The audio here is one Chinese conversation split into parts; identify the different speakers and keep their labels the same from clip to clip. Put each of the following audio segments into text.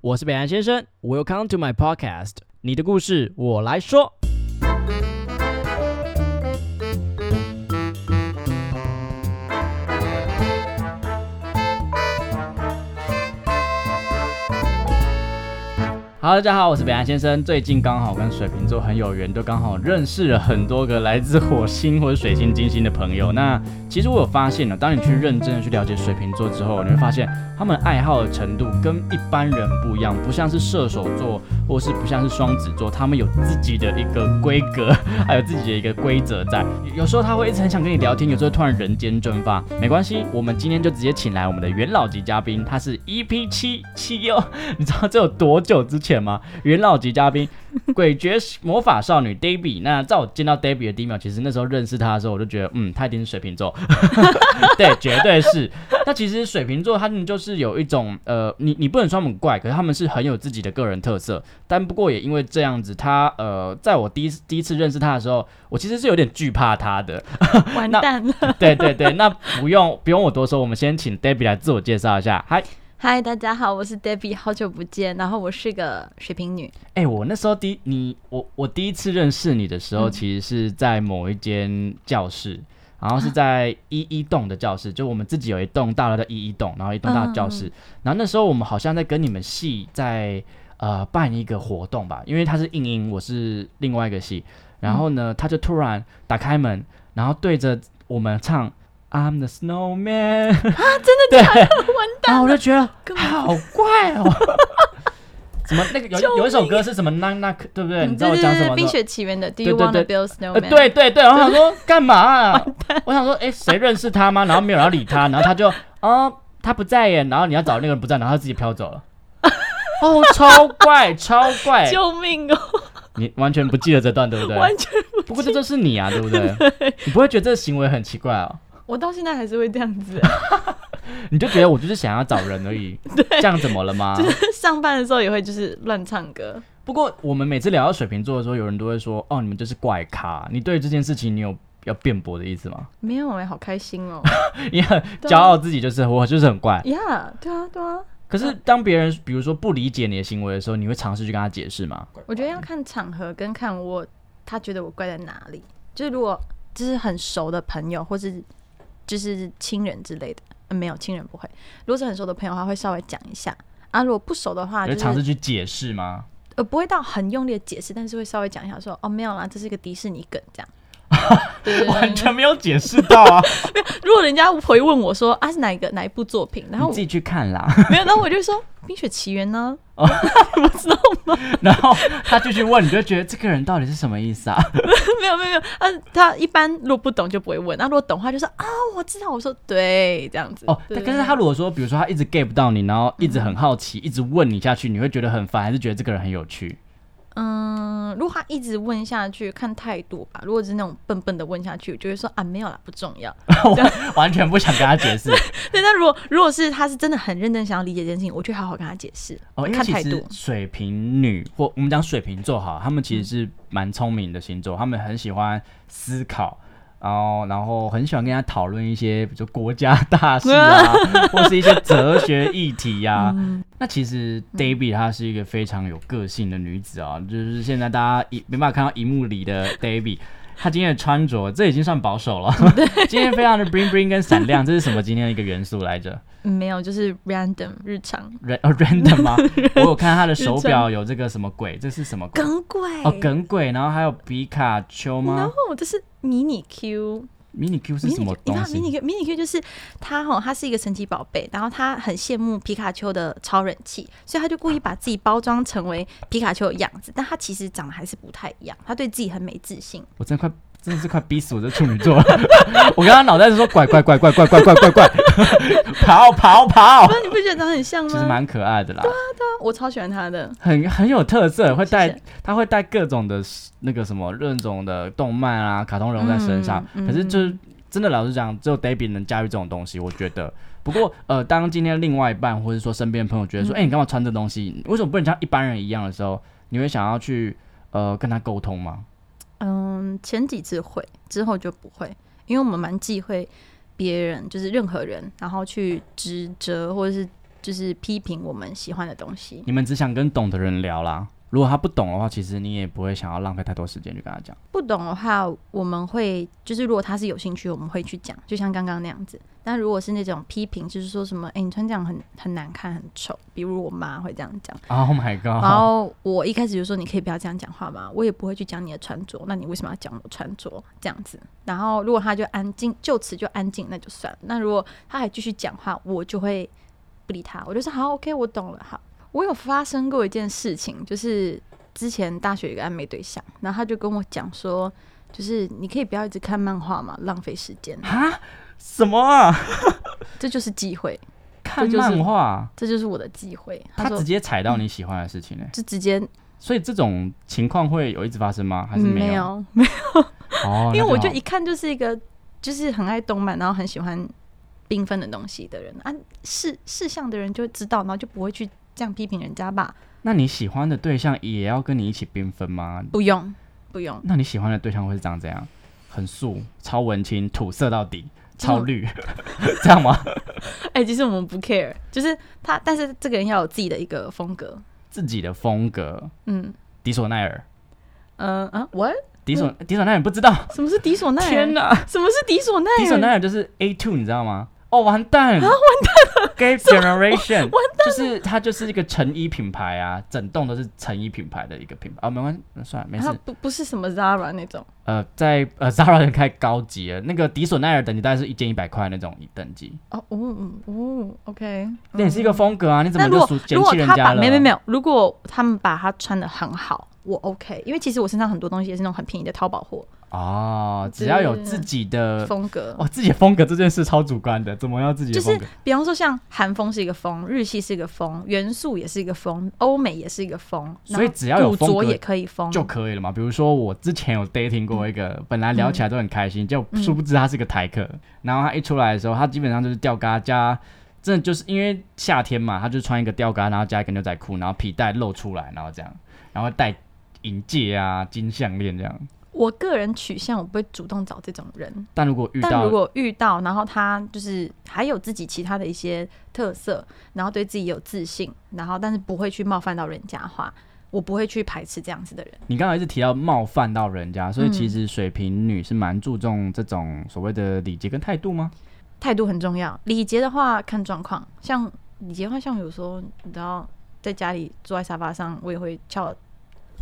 Speaker 1: 我是北岸先生，Welcome to my podcast，你的故事我来说。好，大家好，我是北岸先生。最近刚好跟水瓶座很有缘，都刚好认识了很多个来自火星或者水星、金星的朋友。那其实我有发现呢，当你去认真的去了解水瓶座之后，你会发现他们爱好的程度跟一般人不一样，不像是射手座，或是不像是双子座，他们有自己的一个规格， 还有自己的一个规则在。有时候他会一直很想跟你聊天，有时候突然人间蒸发。没关系，我们今天就直接请来我们的元老级嘉宾，他是 EP 七七哟， 你知道这有多久之前吗？ 元老级嘉宾，诡谲魔法少女 Debbie。那在我见到 Debbie 的第一秒，其实那时候认识她的时候，我就觉得，嗯，她一定是水瓶座， 对，绝对是。那其实水瓶座他们就是有一种呃，你你不能说他们怪，可是他们是很有自己的个人特色。但不过也因为这样子，他呃，在我第一次第一次认识他的时候，我其实是有点惧怕他的。
Speaker 2: 完
Speaker 1: 那
Speaker 2: 蛋了！
Speaker 1: 对对对，那不用不用我多说，我们先请 Debbie 来自我介绍一下。嗨，
Speaker 2: 嗨，大家好，我是 Debbie，好久不见。然后我是个水瓶女，
Speaker 1: 哎、我那时候第你我我第一次认识你的时候，其实是在某一间教室。然后是在一一栋的教室，就我们自己有一栋大楼的一一栋，然后一栋大的教室。然后那时候我们好像在跟你们系在呃办一个活动吧，因为他是硬英，我是另外一个系。然后呢，他就突然打开门，然后对着我们唱《I'm the Snowman》啊，真的假的？ 然后我就觉得
Speaker 2: 根本
Speaker 1: 好怪哦。 怎么那个有
Speaker 2: 救
Speaker 1: 有一首歌是什么 n a n a 对不对？哎你
Speaker 2: 嗯
Speaker 1: 知道我
Speaker 2: 这
Speaker 1: 讲什
Speaker 2: 是
Speaker 1: 么？
Speaker 2: 《冰雪奇缘》的 Do
Speaker 1: 对
Speaker 2: You
Speaker 1: 对
Speaker 2: Wanna
Speaker 1: 对
Speaker 2: Build
Speaker 1: 呃，
Speaker 2: Snowman？
Speaker 1: 对对对，然后想说干嘛、 啊？我想说，哎、谁认识他吗？然后没有人要理他，然后他就，哦，他不在耶。然后你要找那个人不在，然后他自己飘走 了。哦，超怪，超怪！
Speaker 2: 救命哦！
Speaker 1: 你完全不记得这段，对不对？
Speaker 2: 完全，
Speaker 1: 不过这就是你啊，对不 对？你不会觉得这个行为很奇怪哦？
Speaker 2: 我到现在还是会这样 子。
Speaker 1: 你就觉得我就是想要找人而 已，这样怎么了吗？
Speaker 2: 上班的时候也会就是乱唱歌。
Speaker 1: 不过我们每次聊到水瓶座的时候，有人都会说，哦，你们就是怪咖。你对这件事情，你有要辩驳的意思 吗？
Speaker 2: 没有哎、好开心 哦
Speaker 1: 你很
Speaker 2: 对啊
Speaker 1: 骄傲自己，就是我就是很怪。
Speaker 2: 呀对啊，对啊，
Speaker 1: 可是当别人比如说不理解你的行为的时候，你会尝试去跟他解释吗？
Speaker 2: 我觉得要看场合跟看我他觉得我怪在哪里。就是如果就是很熟的朋友，或是就是亲人之类的，呃、没有亲人不会。如果是很熟的朋友的话，会稍微讲一下啊。如果不熟的话，
Speaker 1: 你
Speaker 2: 就
Speaker 1: 会
Speaker 2: 是
Speaker 1: 尝试去解释吗？
Speaker 2: 呃，不会到很用力的解释，但是会稍微讲一下说，哦，没有啦，这是一个迪士尼梗这样。 对对对
Speaker 1: 完全没有解释到啊！
Speaker 2: 如果人家回问我说啊是哪一个哪一部作品， 然
Speaker 1: 你
Speaker 2: 后我
Speaker 1: 自己去看啦。
Speaker 2: 没有，然后我就说《冰雪奇缘》呢，
Speaker 1: 然后他继续问，你就觉得这个人到底是什么意 思啊？
Speaker 2: 没有没有没有，啊他一般如果不懂就不会问，那如果懂的话就说啊我知道，我说对这样子。
Speaker 1: 哦，
Speaker 2: 对
Speaker 1: 但
Speaker 2: 对嗯
Speaker 1: 可是他如果说，比如说他一直 get 不到你，然后一直很好奇，一直问你下去，你会觉得很烦，还是觉得这个人很有趣？
Speaker 2: 嗯，如果他一直问下去，看态度吧。如果是那种笨笨的问下去，我就会说啊没有啦，不重要。
Speaker 1: 我完全不想跟他解释。
Speaker 2: 对，那如果如果是他是真的很认真想要理解这件事情，我就好好跟他解释，
Speaker 1: 哦，因为
Speaker 2: 看
Speaker 1: 其
Speaker 2: 态
Speaker 1: 实
Speaker 2: 度。
Speaker 1: 水瓶女或我们讲水瓶座好，他们其实
Speaker 2: 嗯
Speaker 1: 是蛮聪明的星座，他们很喜欢思考，然后然后很喜欢跟人家讨论一些，比如说国家大事 啊，或是一些哲学议题呀、啊。
Speaker 2: 嗯
Speaker 1: 那其实 Debbie 她是一个非常有个性的女子啊，就是现在大家一没办法看到荧幕里的 Debbie。她今天的穿着，这已经算保守 了。今天非常的 bling bling 跟闪亮，这是什么今天的一个元素来着？
Speaker 2: 嗯没有，就是 random 日常
Speaker 1: ran 哦 random 吗？我有看他的手表有这个什么鬼，这是什么鬼？
Speaker 2: 耿鬼
Speaker 1: 哦，耿鬼，然后还有皮卡丘
Speaker 2: 然
Speaker 1: 吗
Speaker 2: 后这是迷你 Q，
Speaker 1: ？mini Q 是什
Speaker 2: 迷你 Q，
Speaker 1: 么
Speaker 2: 你
Speaker 1: 东
Speaker 2: 看迷你
Speaker 1: 西？
Speaker 2: Q，迷你 Q 就是他吼，他是一个神奇宝贝，然后他很羡慕皮卡丘的超人气，所以他就故意把自己包装成为皮卡丘的样子，但他其实长得还是不太一样，他对自己很没自信。
Speaker 1: 我真的快，真的是快逼死我这处女座了。 我刚刚脑袋是说拐拐拐拐拐拐拐拐拐， 跑跑跑
Speaker 2: 不，然你不觉得长得很像
Speaker 1: 其实
Speaker 2: 吗？
Speaker 1: 蛮可爱的啦，
Speaker 2: 我超喜欢他的，
Speaker 1: 很很有特色，会
Speaker 2: 谢
Speaker 1: 带
Speaker 2: 谢
Speaker 1: 他会带各种的那个什么各种的动漫啊、卡通人物在身上，
Speaker 2: 嗯
Speaker 1: 可是
Speaker 2: 嗯
Speaker 1: 就是真的老实讲，只有 Debbie 能驾驭这种东西，我觉得。不过，呃，当今天另外一半或者说身边的朋友觉得
Speaker 2: 嗯
Speaker 1: 说，哎、你干嘛穿这东西？为什么不能像一般人一样的时候，你会想要去呃跟他沟通吗？
Speaker 2: 嗯，前几次会，之后就不会，因为我们蛮忌讳别人，就是任何人，然后去指责或者是。就是批评我们喜欢的东西。
Speaker 1: 你们只想跟懂的人聊啦。如果他不懂的话，其实你也不会想要浪费太多时间去跟他讲。
Speaker 2: 不懂的话，我们会就是如果他是有兴趣，我们会去讲，就像刚刚那样子。但如果是那种批评，就是说什么，哎、你穿这样很很难看，很丑，比如我妈会这样讲。
Speaker 1: Oh my
Speaker 2: 然
Speaker 1: god！
Speaker 2: 后我一开始就说你可以不要这样讲话嘛，我也不会去讲你的穿着，那你为什么要讲我穿着这样子？然后如果他就安静，就此就安静，那就算了。那如果他还继续讲话，我就会不理他，我就说好，OK，我懂了。好，我有发生过一件事情，就是之前大学有一个暧昧对象，然后他就跟我讲说，就是你可以不要一直看漫画嘛，浪费时间，
Speaker 1: 哈？什么啊？
Speaker 2: 这就是机会，
Speaker 1: 看
Speaker 2: 就是
Speaker 1: 漫画？
Speaker 2: 这就是我的机会。他
Speaker 1: 他
Speaker 2: 说
Speaker 1: 直接踩到你喜欢的事情欸呢、
Speaker 2: 就直接
Speaker 1: 所以这种情况会有一直发生吗？还是
Speaker 2: 嗯
Speaker 1: 没
Speaker 2: 没
Speaker 1: 有？
Speaker 2: 有
Speaker 1: 哦，
Speaker 2: 因
Speaker 1: 那
Speaker 2: 为我就
Speaker 1: 好
Speaker 2: 一看就是一个就是很爱动漫，然后很喜欢缤纷的东西的人啊，事事项的人就会知道，然后就不会去这样批评人家吧？
Speaker 1: 那你喜欢的对象也要跟你一起缤纷吗？
Speaker 2: 不用，不用，
Speaker 1: 那你喜欢的对象会是长怎样？很素、超文青、土色到底、超绿， 这样吗？
Speaker 2: 哎、其实我们不 care，就是他，但是这个人要有自己的一个风格，
Speaker 1: 自己的风格，
Speaker 2: 嗯
Speaker 1: 迪索奈尔，
Speaker 2: 嗯啊，我
Speaker 1: 迪索、迪索奈尔你不知道？
Speaker 2: 什么是迪索奈尔？
Speaker 1: 天哪！
Speaker 2: 什么是迪索奈尔？
Speaker 1: 迪索奈尔就是 A two，你知道吗？哦，完蛋！啊，完蛋了！Gay Generation，完蛋就是它就是一个成衣品牌啊，整栋都是成衣品牌的一个品牌啊，没关系，算了，没
Speaker 2: 他
Speaker 1: 事。
Speaker 2: 啊不不是什么 Zara 那种，
Speaker 1: 呃，在呃 Zara 很太高级了，那个迪索奈尔等级大概是一件一百块那种一等级，
Speaker 2: 哦哦哦哦，OK，
Speaker 1: 那也是一个风格啊，你怎
Speaker 2: 嗯那
Speaker 1: 么就
Speaker 2: 如果
Speaker 1: 属嫌
Speaker 2: 如果
Speaker 1: 弃人
Speaker 2: 他
Speaker 1: 家
Speaker 2: 把
Speaker 1: 了？
Speaker 2: 没有没有没有，如果他们把它穿的很好，我 OK，因为其实我身上很多东西也是那种很便宜的淘宝货
Speaker 1: 哦，只
Speaker 2: 对
Speaker 1: 要有自己的
Speaker 2: 风格。
Speaker 1: 哦，自己的风格这件事超主观的，怎么要自己的
Speaker 2: 就是
Speaker 1: 风格？
Speaker 2: 比方说，像韩风是一个风，日系是一个风，元素也是一个风，欧美也是一个风，
Speaker 1: 所以只要有
Speaker 2: 古
Speaker 1: 风
Speaker 2: 着
Speaker 1: 格
Speaker 2: 也可以风，
Speaker 1: 就可以了嘛。比如说我之前有 dating 过一
Speaker 2: 嗯
Speaker 1: 个，本来聊起来都很开心，就殊不知他是个台客，然后他一出来的时候，他基本上就是吊嘎加。真的就是因为夏天嘛，他就穿一个吊嘎，然后加一个牛仔裤，然后皮带露出来，然后这样，然后戴银戒啊、金项链这样。
Speaker 2: 我个人取向，我不会主动找这种人。
Speaker 1: 但如果遇
Speaker 2: 但
Speaker 1: 到
Speaker 2: 如果遇到，然后他就是还有自己其他的一些特色，然后对自己有自信，然后但是不会去冒犯到人家的话，我不会去排斥这样子的人。
Speaker 1: 你刚才是提到冒犯到人家，所以
Speaker 2: 嗯
Speaker 1: 其实水瓶女是蛮注重这种所谓的礼节跟态度吗？
Speaker 2: 态度很重要。礼节的话看状况，像礼节的话，像有时候你知道在家里坐在沙发上，我也会翘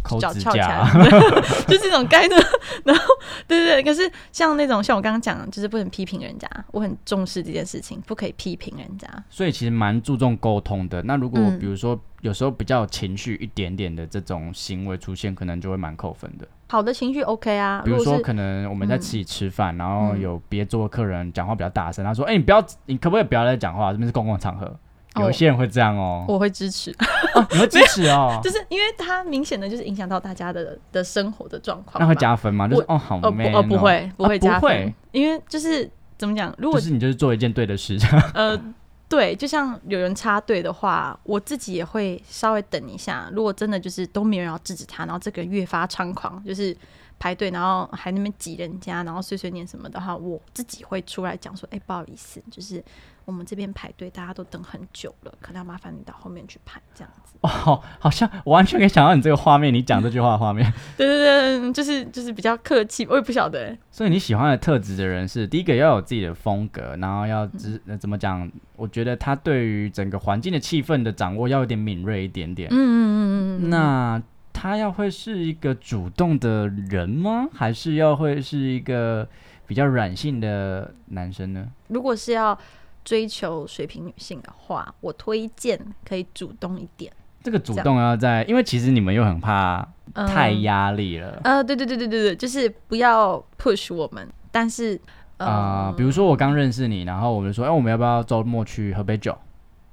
Speaker 1: 抠
Speaker 2: 脚
Speaker 1: 指
Speaker 2: 翘起
Speaker 1: 甲
Speaker 2: 来
Speaker 1: 啊，，
Speaker 2: 就这种概念。然后对对对，可是像那种像我刚刚讲的，就是不能批评人家，我很重视这件事情，不可以批评人家。
Speaker 1: 所以其实蛮注重沟通的。那如果
Speaker 2: 嗯
Speaker 1: 比如说有时候比较有情绪一点点的这种行为出现，可能就会蛮扣分的。
Speaker 2: 好的情绪 OK 啊，
Speaker 1: 比如
Speaker 2: 果
Speaker 1: 说
Speaker 2: 是
Speaker 1: 可能我们在
Speaker 2: 嗯
Speaker 1: 一起吃饭，然后
Speaker 2: 嗯
Speaker 1: 有别桌的客人讲话比较大声，他说：“哎、你不要，你可不可以不要再讲话？这边是公共场合。”
Speaker 2: 哦
Speaker 1: 有一些人会这样哦，
Speaker 2: 我会支持，
Speaker 1: 哦你会支持哦
Speaker 2: 就，是因为它明显的就是影响到大家的的生活的状况嘛。
Speaker 1: 那会加分吗？就是
Speaker 2: 我
Speaker 1: 哦，好
Speaker 2: 哦
Speaker 1: man
Speaker 2: 不哦不，会不会
Speaker 1: 啊不
Speaker 2: 加分，
Speaker 1: 会
Speaker 2: 因为就是怎么讲，如
Speaker 1: 就
Speaker 2: 果
Speaker 1: 是你就是做一件对的事，
Speaker 2: 呃，对，就像有人插队的话，我自己也会稍微等一下。如果真的就是都没有人要制止他，然后这个人越发猖狂，就是排队，然后还那边挤人家，然后碎碎念什么的话，我自己会出来讲说：“哎、不好意思，就是我们这边排队，大家都等很久了，可能要麻烦你到后面去排这样子。
Speaker 1: 哇，好，好像我完全可以想到你这个画面，你讲这句话的画面。”
Speaker 2: 对对对对，就是就是比较客气，我也不晓得、欸。
Speaker 1: 所以你喜欢的特质的人是，第一个要有自己的风格，然后要知、
Speaker 2: 嗯
Speaker 1: 呃怎么讲？我觉得他对于整个环境的气氛的掌握要有点敏锐一点点。
Speaker 2: 嗯嗯嗯嗯嗯，
Speaker 1: 那他要会是一个主动的人吗？还是要会是一个比较软性的男生呢？
Speaker 2: 如果是要追求水平女性的话，我推荐可以主动一点。
Speaker 1: 这个主
Speaker 2: 这样
Speaker 1: 动要在，因为其实你们又很怕
Speaker 2: 嗯
Speaker 1: 太压力 了。
Speaker 2: 呃，对对对对对对，就是不要 push 我们，但是呃，
Speaker 1: 啊、比如说我刚认识你，然后我们就说，哎、我们要不要周末去喝杯酒？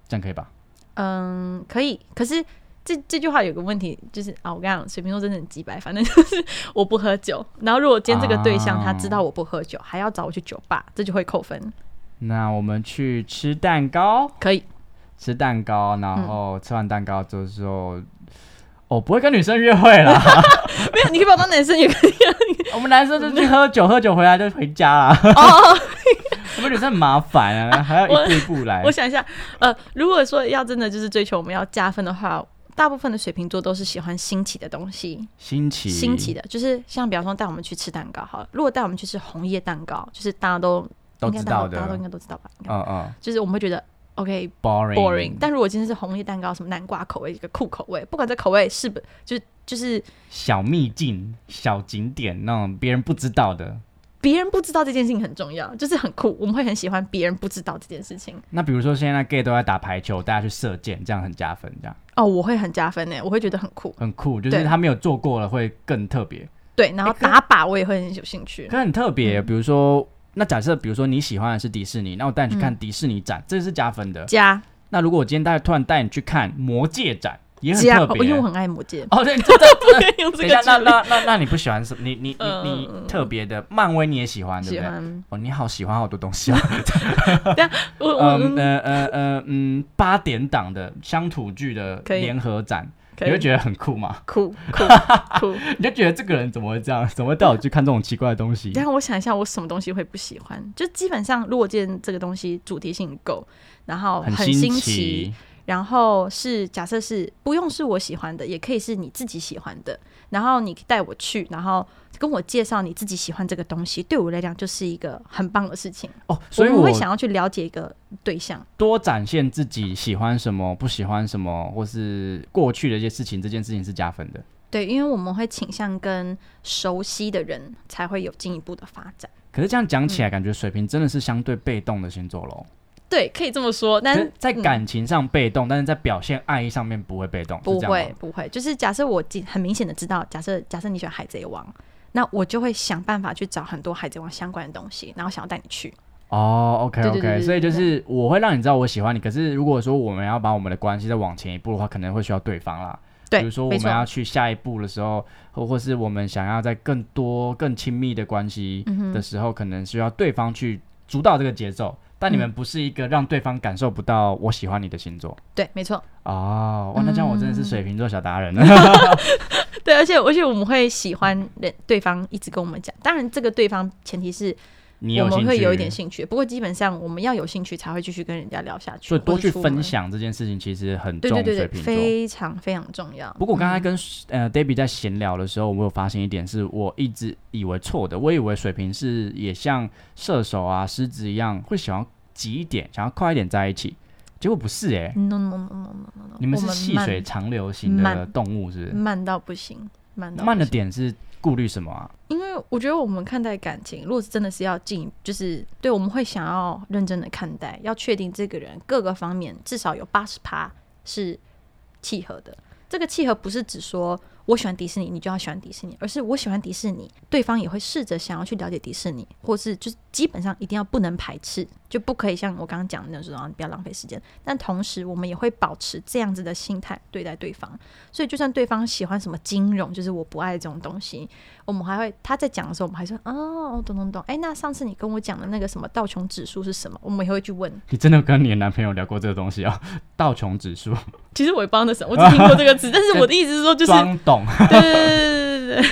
Speaker 1: 这样可以吧？
Speaker 2: 嗯，可以，可是这这句话有个问题，就是啊，我跟你讲，水瓶座真的很鸡白，反正就是 我不喝酒，然后如果今天这个对象他知道我不喝酒，还要找我去酒吧，这就会扣分，
Speaker 1: 那我们去吃蛋糕，
Speaker 2: 可以，
Speaker 1: 吃蛋糕，然
Speaker 2: 嗯
Speaker 1: 后吃完蛋糕之后，我、哦、不会跟女生约会 啦。
Speaker 2: 没有，你可以把我当男生也可以啊，
Speaker 1: 我们男生就去喝酒，喝酒回来就回家啦。
Speaker 2: 哦，
Speaker 1: 不觉得很麻烦 啊？还要一步一步来
Speaker 2: 我。想一下，呃，如果说要真的就是追求我们要加分的话，大部分的水瓶座都是喜欢新奇的东西，
Speaker 1: 新奇，
Speaker 2: 新奇的，就是像比方说带我们去吃蛋糕好了，如果带我们去吃红叶蛋糕，就是大家都
Speaker 1: 都
Speaker 2: 应该
Speaker 1: 知
Speaker 2: 大
Speaker 1: 道
Speaker 2: 家大家都应
Speaker 1: 的。
Speaker 2: 该都知道吧？应该
Speaker 1: 嗯嗯
Speaker 2: 就是我们会觉得 OK
Speaker 1: ，boring
Speaker 2: boring，但如果今天是红叶蛋糕，什么南瓜口味，一个酷口味，不管这口味是不就是就是
Speaker 1: 小秘境、小景点那种别人不知道的。
Speaker 2: 别人不知道这件事情很重要，就是很酷，我们会很喜欢别人不知道这件事情。
Speaker 1: 那比如说现在 gay 都在打排球，大家去射箭，这样很加分，这样
Speaker 2: 哦，我会很加分呢，我会觉得很酷。
Speaker 1: 很酷。就是
Speaker 2: 对
Speaker 1: 他没有做过了，会更特别。
Speaker 2: 对，然后
Speaker 1: 欸可
Speaker 2: 打靶我也会很有兴趣。
Speaker 1: 可很特别，
Speaker 2: 嗯
Speaker 1: 比如说，那假设比如说你喜欢的是迪士尼，那我带你去
Speaker 2: 嗯
Speaker 1: 看迪士尼展，这是加分的。
Speaker 2: 加
Speaker 1: 那如果我今天带突然带你去看魔戒展，也很
Speaker 2: 加，
Speaker 1: 特
Speaker 2: 哦因
Speaker 1: 别
Speaker 2: 为。我很爱魔戒，
Speaker 1: 哦，对，这这
Speaker 2: 不能 用
Speaker 1: 等一下，那那那那你不喜欢什么？你你你你
Speaker 2: 嗯
Speaker 1: 特别的漫威你也喜欢，对
Speaker 2: 喜
Speaker 1: 不对？
Speaker 2: 欢
Speaker 1: 哦，你好喜欢好多东西 啊。
Speaker 2: 我我
Speaker 1: 嗯呃呃呃嗯，八点档的乡土剧的
Speaker 2: 可以
Speaker 1: 联合展，
Speaker 2: 可
Speaker 1: 你会
Speaker 2: 以
Speaker 1: 觉得很酷吗？
Speaker 2: 酷酷酷。
Speaker 1: 你就觉得这个人怎么会这样？怎么会带我去看这种奇怪的 东西？
Speaker 2: 然后我想一下，我什么东西会不喜欢？就基本上，如果今天这个东西主题性够，然后很
Speaker 1: 新
Speaker 2: 新奇，，然后是假设是不用是我喜欢的，也可以是你自己喜欢的。然后你带我去，然后跟我介绍你自己喜欢这个东西，对我来讲就是一个很棒的事情。
Speaker 1: 哦，所以
Speaker 2: 我们
Speaker 1: 我
Speaker 2: 会想要去了解一个对象。
Speaker 1: 多展现自己喜欢什么、不喜欢什么，或是过去的一些事情，这件事情是加分的。
Speaker 2: 对，因为我们会倾向跟熟悉的人才会有进一步的发展。
Speaker 1: 可是这样讲起来，感觉水瓶真的是相对被动的星座喽。
Speaker 2: 对，可以这么说，但
Speaker 1: 可
Speaker 2: 是
Speaker 1: 是在感情上被动，但是在表现爱意上面不会被动，
Speaker 2: 不
Speaker 1: 是这样吗
Speaker 2: 会，不会，就是假设我记很明显的知道，假设假设你喜欢海贼王，那我就会想办法去找很多海贼王相关的东西，然后想要带你去。
Speaker 1: 哦，OK
Speaker 2: 对
Speaker 1: OK，
Speaker 2: 对对对
Speaker 1: 所以就是我会让你知道我喜欢你，可是如果说我们要把我们的关系再往前一步的话，可能会需要对方啦。
Speaker 2: 对，
Speaker 1: 比如说我
Speaker 2: 没
Speaker 1: 们
Speaker 2: 错
Speaker 1: 要去下一步的时候，或或是我们想要在更多、更亲密的关系
Speaker 2: 嗯
Speaker 1: 的时候，可能需要对方去主导这个节奏。但你们
Speaker 2: 嗯
Speaker 1: 不是一个让对方感受不到我喜欢你的星座
Speaker 2: 对，没错，
Speaker 1: 哦。哇，那这样我真的是水瓶座小达人了。
Speaker 2: 嗯对，而且而且我们会喜欢人对方一直跟我们讲，当然这个对方前提是
Speaker 1: 你
Speaker 2: 我
Speaker 1: 有兴
Speaker 2: 们
Speaker 1: 趣？
Speaker 2: 会有一点兴趣，不过基本上我们要有兴趣才会继续跟人家聊下去，
Speaker 1: 所以多
Speaker 2: 或者
Speaker 1: 去
Speaker 2: 出门
Speaker 1: 分。享这件事情其实很
Speaker 2: 对
Speaker 1: 重
Speaker 2: 对
Speaker 1: 水
Speaker 2: 对
Speaker 1: 瓶座。
Speaker 2: 对，非常非常重要。
Speaker 1: 不过我刚才跟、呃 Debbie 在闲聊的时候，我有发现一点，是我一直以为错的。我以为水瓶是也像射手啊、狮子一样，会想要急一点，想要快一点在一起。结果不是哎、
Speaker 2: no no no no no no no，
Speaker 1: 你们
Speaker 2: 我
Speaker 1: 是细水
Speaker 2: 慢
Speaker 1: 长流型的
Speaker 2: 哦慢
Speaker 1: 动物，是不是？
Speaker 2: 慢到不行，慢到
Speaker 1: 慢的
Speaker 2: 不行
Speaker 1: 点是顾虑什么啊？
Speaker 2: 因为我觉得我们看待感情，如果是真的是要进，就是对我们会想要认真的看待，要确定这个人各个方面至少有八十趴是契合的。这个契合不是只说我喜欢迪士尼，你就要喜欢迪士尼，而是我喜欢迪士尼，对方也会试着想要去了解迪士尼，或是就是基本上一定要不能排斥，就不可以像我刚刚讲的那种，啊你不要浪费时间。但同时，我们也会保持这样子的心态对待对方，所以就算对方喜欢什么金融，就是我不爱这种东西，我们还会他在讲的时候，我们还说哦，懂懂懂，哎，那上次你跟我讲的那个什么道琼指数是什么？我们也会去问。
Speaker 1: 你真的跟你的男朋友聊过这个东西啊？ 道琼指数，
Speaker 2: 其实我也不知道那什么，我只听过这 个词，但是我的意思是说，就是
Speaker 1: 装懂。
Speaker 2: 对对对对对对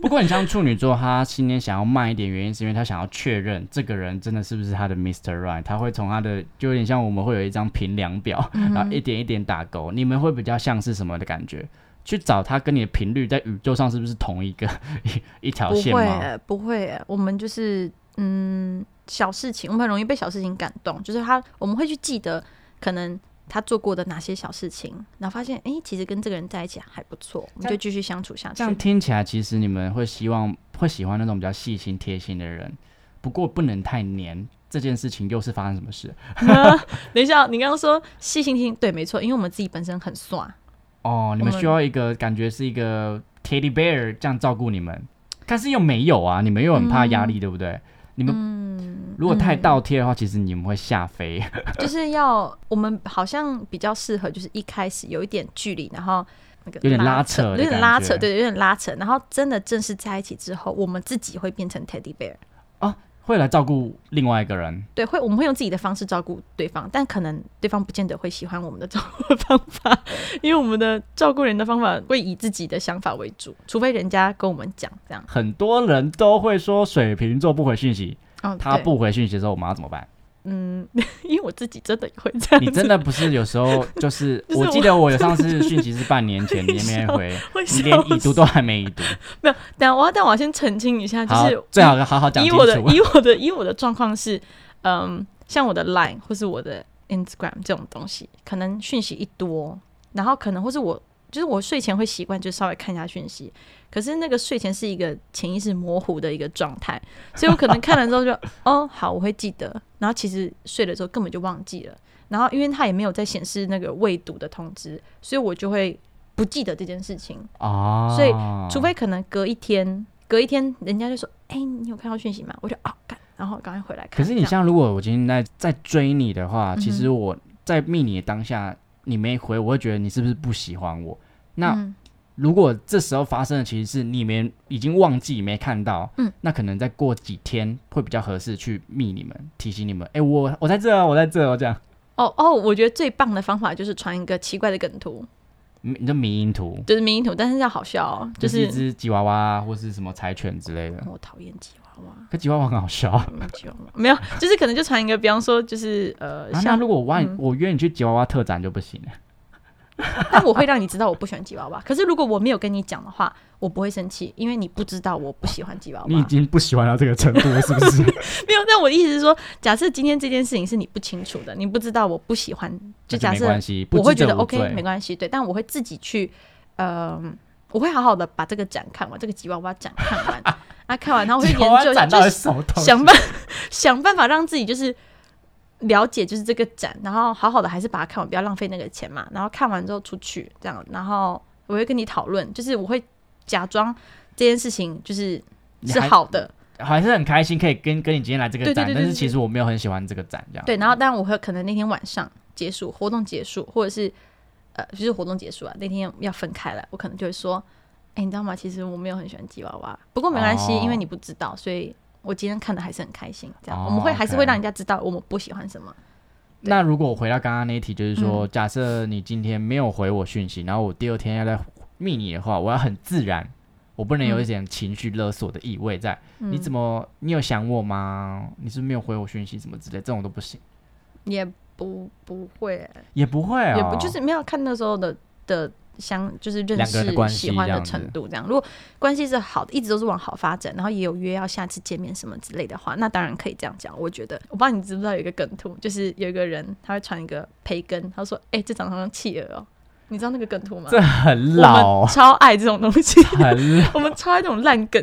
Speaker 1: 不过你像处女座，他今天想要慢一点，原因是因为他想要确认这个人真的是不是他的 Mr. Right，他会从他的就有点像我们会有一张评量表，
Speaker 2: 嗯
Speaker 1: 然后一点一点打勾。你们会比较像是什么的感觉？去找他跟你的频率在宇宙上是不是同一个 一一条
Speaker 2: 不
Speaker 1: 线
Speaker 2: 会
Speaker 1: 吗？
Speaker 2: 欸不会欸，我们就是嗯小事情，我们很容易被小事情感动，就是他我们会去记得可能。他做过的哪些小事情，然后发现，哎、其实跟这个人在一起还不错，我们就继续相处下去
Speaker 1: 这。样听起来，其实你们会希望会喜欢那种比较细心贴心的人，不过不能太黏。这件事情又是发生什么事？
Speaker 2: 等一下，你刚刚 说细心听，对，没错，因为我们自己本身很酸，
Speaker 1: 哦，你
Speaker 2: 我
Speaker 1: 们
Speaker 2: 们
Speaker 1: 需要一个感觉是一个 teddy bear 这样照顾你们，但是又没有啊，你们又很怕压力，对不对？你们、如果太倒贴的话，其实你们会吓飞。
Speaker 2: 就是要我们好像比较适合，就是一开始有一点距离，然后那个
Speaker 1: 有点拉扯
Speaker 2: 扯，
Speaker 1: 的
Speaker 2: 有点
Speaker 1: 感
Speaker 2: 拉
Speaker 1: 觉
Speaker 2: 扯，对，有点拉扯。然后真的正式在一起之后，我们自己会变成 teddy bear，
Speaker 1: 会来照顾另外一个人，
Speaker 2: 对，会我们会用自己的方式照顾对方，但可能对方不见得会喜欢我们的照顾方法， 因为我们的照顾人的方法会以自己的想法为主，除非人家跟我们讲这样。
Speaker 1: 很多人都会说水瓶座不回讯息，
Speaker 2: 哦，
Speaker 1: 他
Speaker 2: 对，
Speaker 1: 不回讯息的时候，我们要怎么办？
Speaker 2: 嗯，因为我自己真的也会这样子，，
Speaker 1: 你真的不是有时候就是
Speaker 2: 就是
Speaker 1: 我记得我有上次讯息是半年前，你
Speaker 2: 会
Speaker 1: 也没
Speaker 2: 笑
Speaker 1: 回，
Speaker 2: 会
Speaker 1: 你
Speaker 2: 笑
Speaker 1: 连已读
Speaker 2: 死。
Speaker 1: 都还没已读。
Speaker 2: 但我要但我要先澄清一下，就
Speaker 1: 好
Speaker 2: 是，
Speaker 1: 最好好好讲
Speaker 2: 以
Speaker 1: 清
Speaker 2: 我的
Speaker 1: 楚。
Speaker 2: 以我的以我的状况是，嗯，像我的 Line 或是我的 Instagram 这种东西，可能讯息一多，然后可能或是我就是我睡前会习惯就稍微看一下讯息，可是那个睡前是一个潜意识模糊的一个状态，所以我可能看了之后就 哦好，我会记得，然后其实睡了之后根本就忘记了，然后因为它也没有在显示那个未读的通知，所以我就会不记得这件事情。
Speaker 1: 哦，
Speaker 2: 所以除非可能隔一天，隔一天人家就说：“哎、你有看到讯息吗？”我就哦，干，然后赶快回来
Speaker 1: 可
Speaker 2: 看。
Speaker 1: 是你
Speaker 2: 这
Speaker 1: 像
Speaker 2: 样
Speaker 1: 如果我今天在在追你的话，其
Speaker 2: 嗯
Speaker 1: 实我在密你的当下你没回，我会觉得你是不是不喜欢我？那
Speaker 2: 嗯
Speaker 1: 如果这时候发生的其实是你们已经忘记没看到，
Speaker 2: 嗯，
Speaker 1: 那可能再过几天会比较合适去密你们，提醒你们，哎、我我在这啊，我在这、哦，这样，
Speaker 2: 哦哦，我觉得最棒的方法就是传一个奇怪的梗图，
Speaker 1: 嗯你就迷因图，
Speaker 2: 就是迷因图，但是要好笑哦，就
Speaker 1: 就是一
Speaker 2: 是
Speaker 1: 只吉娃娃或是什么柴犬之类的。
Speaker 2: 我讨厌吉娃娃。
Speaker 1: 可吉娃娃很好笑啊！
Speaker 2: 讨厌吉娃 娃没有，就是可能就传一个，比方说就是呃，
Speaker 1: 啊那
Speaker 2: 像、
Speaker 1: 如果我万一
Speaker 2: 嗯
Speaker 1: 我约你去吉娃娃特展就不行了。
Speaker 2: 但我会让你知道我不喜欢吉娃娃。可是如果我没有跟你讲的话，我不会生气，因为你不知道我不喜欢吉娃娃。
Speaker 1: 你已经不喜欢到这个程度了，是不是？
Speaker 2: 没有，但我的意思是说，假设今天这件事情是你不清楚的，你不知道我不喜欢， 就
Speaker 1: 那
Speaker 2: 假
Speaker 1: 没
Speaker 2: 设
Speaker 1: 关系，
Speaker 2: 我
Speaker 1: 不
Speaker 2: 会
Speaker 1: 知
Speaker 2: 觉
Speaker 1: 者
Speaker 2: 得
Speaker 1: 无
Speaker 2: OK 没
Speaker 1: 罪。
Speaker 2: 关系，对，但我会自己去，呃，我会好好的把这个展看完，这个吉娃娃展看完， 啊，看完，然后我会
Speaker 1: 吉
Speaker 2: 研
Speaker 1: 娃娃
Speaker 2: 究一下，
Speaker 1: 展
Speaker 2: 就
Speaker 1: 到
Speaker 2: 是
Speaker 1: 手痛，
Speaker 2: 想办想办法让自己就是了解就是这个展，然后好好的还是把它看完，不要浪费那个钱嘛。然后看完之后出去这样，然后我会跟你讨论，就是我会假装这件事情就是
Speaker 1: 你
Speaker 2: 是
Speaker 1: 还
Speaker 2: 好的，
Speaker 1: 还是很开心可以跟跟你今天来这个
Speaker 2: 对对
Speaker 1: 展
Speaker 2: 对，对
Speaker 1: 但是
Speaker 2: 对
Speaker 1: 其实我没有很喜欢这个展，这样。
Speaker 2: 对，然后但我会可能那天晚上结束活动结束，或者是呃，就是活动结束啊，那天要分开了，我可能就会说，哎、你知道吗？其实我没有很喜欢吉娃娃，不过没关系，
Speaker 1: 哦
Speaker 2: 因为你不知道，所以我今天看的还是很开心。这样、
Speaker 1: 哦
Speaker 2: 我们会还是会
Speaker 1: OK
Speaker 2: 让人家知道我们不喜欢什么。
Speaker 1: 那如果我回到刚刚那一题，就是说，假设你今天没有回我讯息，然后我第二天要来密你的话，我要很自然，我不能有一点情绪勒索的意味在。
Speaker 2: 嗯
Speaker 1: 你怎么，你有想我吗？你是不是没有回我讯息，什么之类，这种都不行，
Speaker 2: 也不不会、
Speaker 1: 也不会啊、
Speaker 2: 也不就是没有看那时候的的相，就是认
Speaker 1: 两个人的
Speaker 2: 识
Speaker 1: 关系
Speaker 2: 喜欢
Speaker 1: 这
Speaker 2: 的
Speaker 1: 样子
Speaker 2: 程度这样。如果关系是好的，一直都是往好发展，然后也有约要下次见面什么之类的话，那当然可以这样讲。我觉得，我不知道你知不知道有一个梗图，就是有一个人他会传一个培根，他说：“哎、这长得好像企鹅哦。”你知道那个梗图吗？
Speaker 1: 这很
Speaker 2: 我
Speaker 1: 老哦
Speaker 2: 们， 超爱这种东西，
Speaker 1: 很老，
Speaker 2: 我们超爱这种烂梗，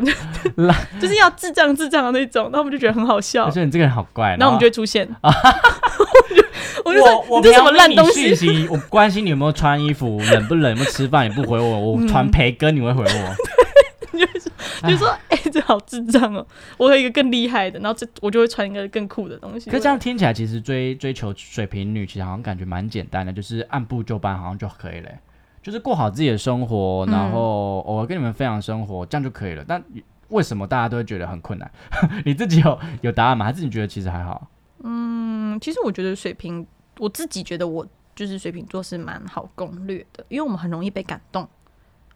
Speaker 1: 烂
Speaker 2: 就是要智障智障的那种，那我们就觉得很好笑
Speaker 1: 我，觉得你这个人好怪。
Speaker 2: 然后我们就会出现。 我就我就说
Speaker 1: 啊我
Speaker 2: 你这什么烂东
Speaker 1: 我瞄你
Speaker 2: 西？
Speaker 1: 讯息，我关心你有没有穿衣服， 冷不冷，有没有吃饭，你不回我，我
Speaker 2: 嗯
Speaker 1: 传培根你会回我。
Speaker 2: 就说：“哎、这好智障哦！我有一个更厉害的，然后这我就会传一个更酷的东西。”
Speaker 1: 可这样听起来，其实追追求水瓶女，其实好像感觉蛮简单的，就是按部就班，好像就可以了欸、就是过好自己的生活，
Speaker 2: 嗯
Speaker 1: 然后偶尔跟你们分享生活，这样就可以了。但为什么大家都会觉得很困难？ 你自己有有答案吗？还是你觉得其实还好？
Speaker 2: 嗯，其实我觉得水瓶，我自己觉得我就是水瓶座是蛮好攻略的，因为我们很容易被感动。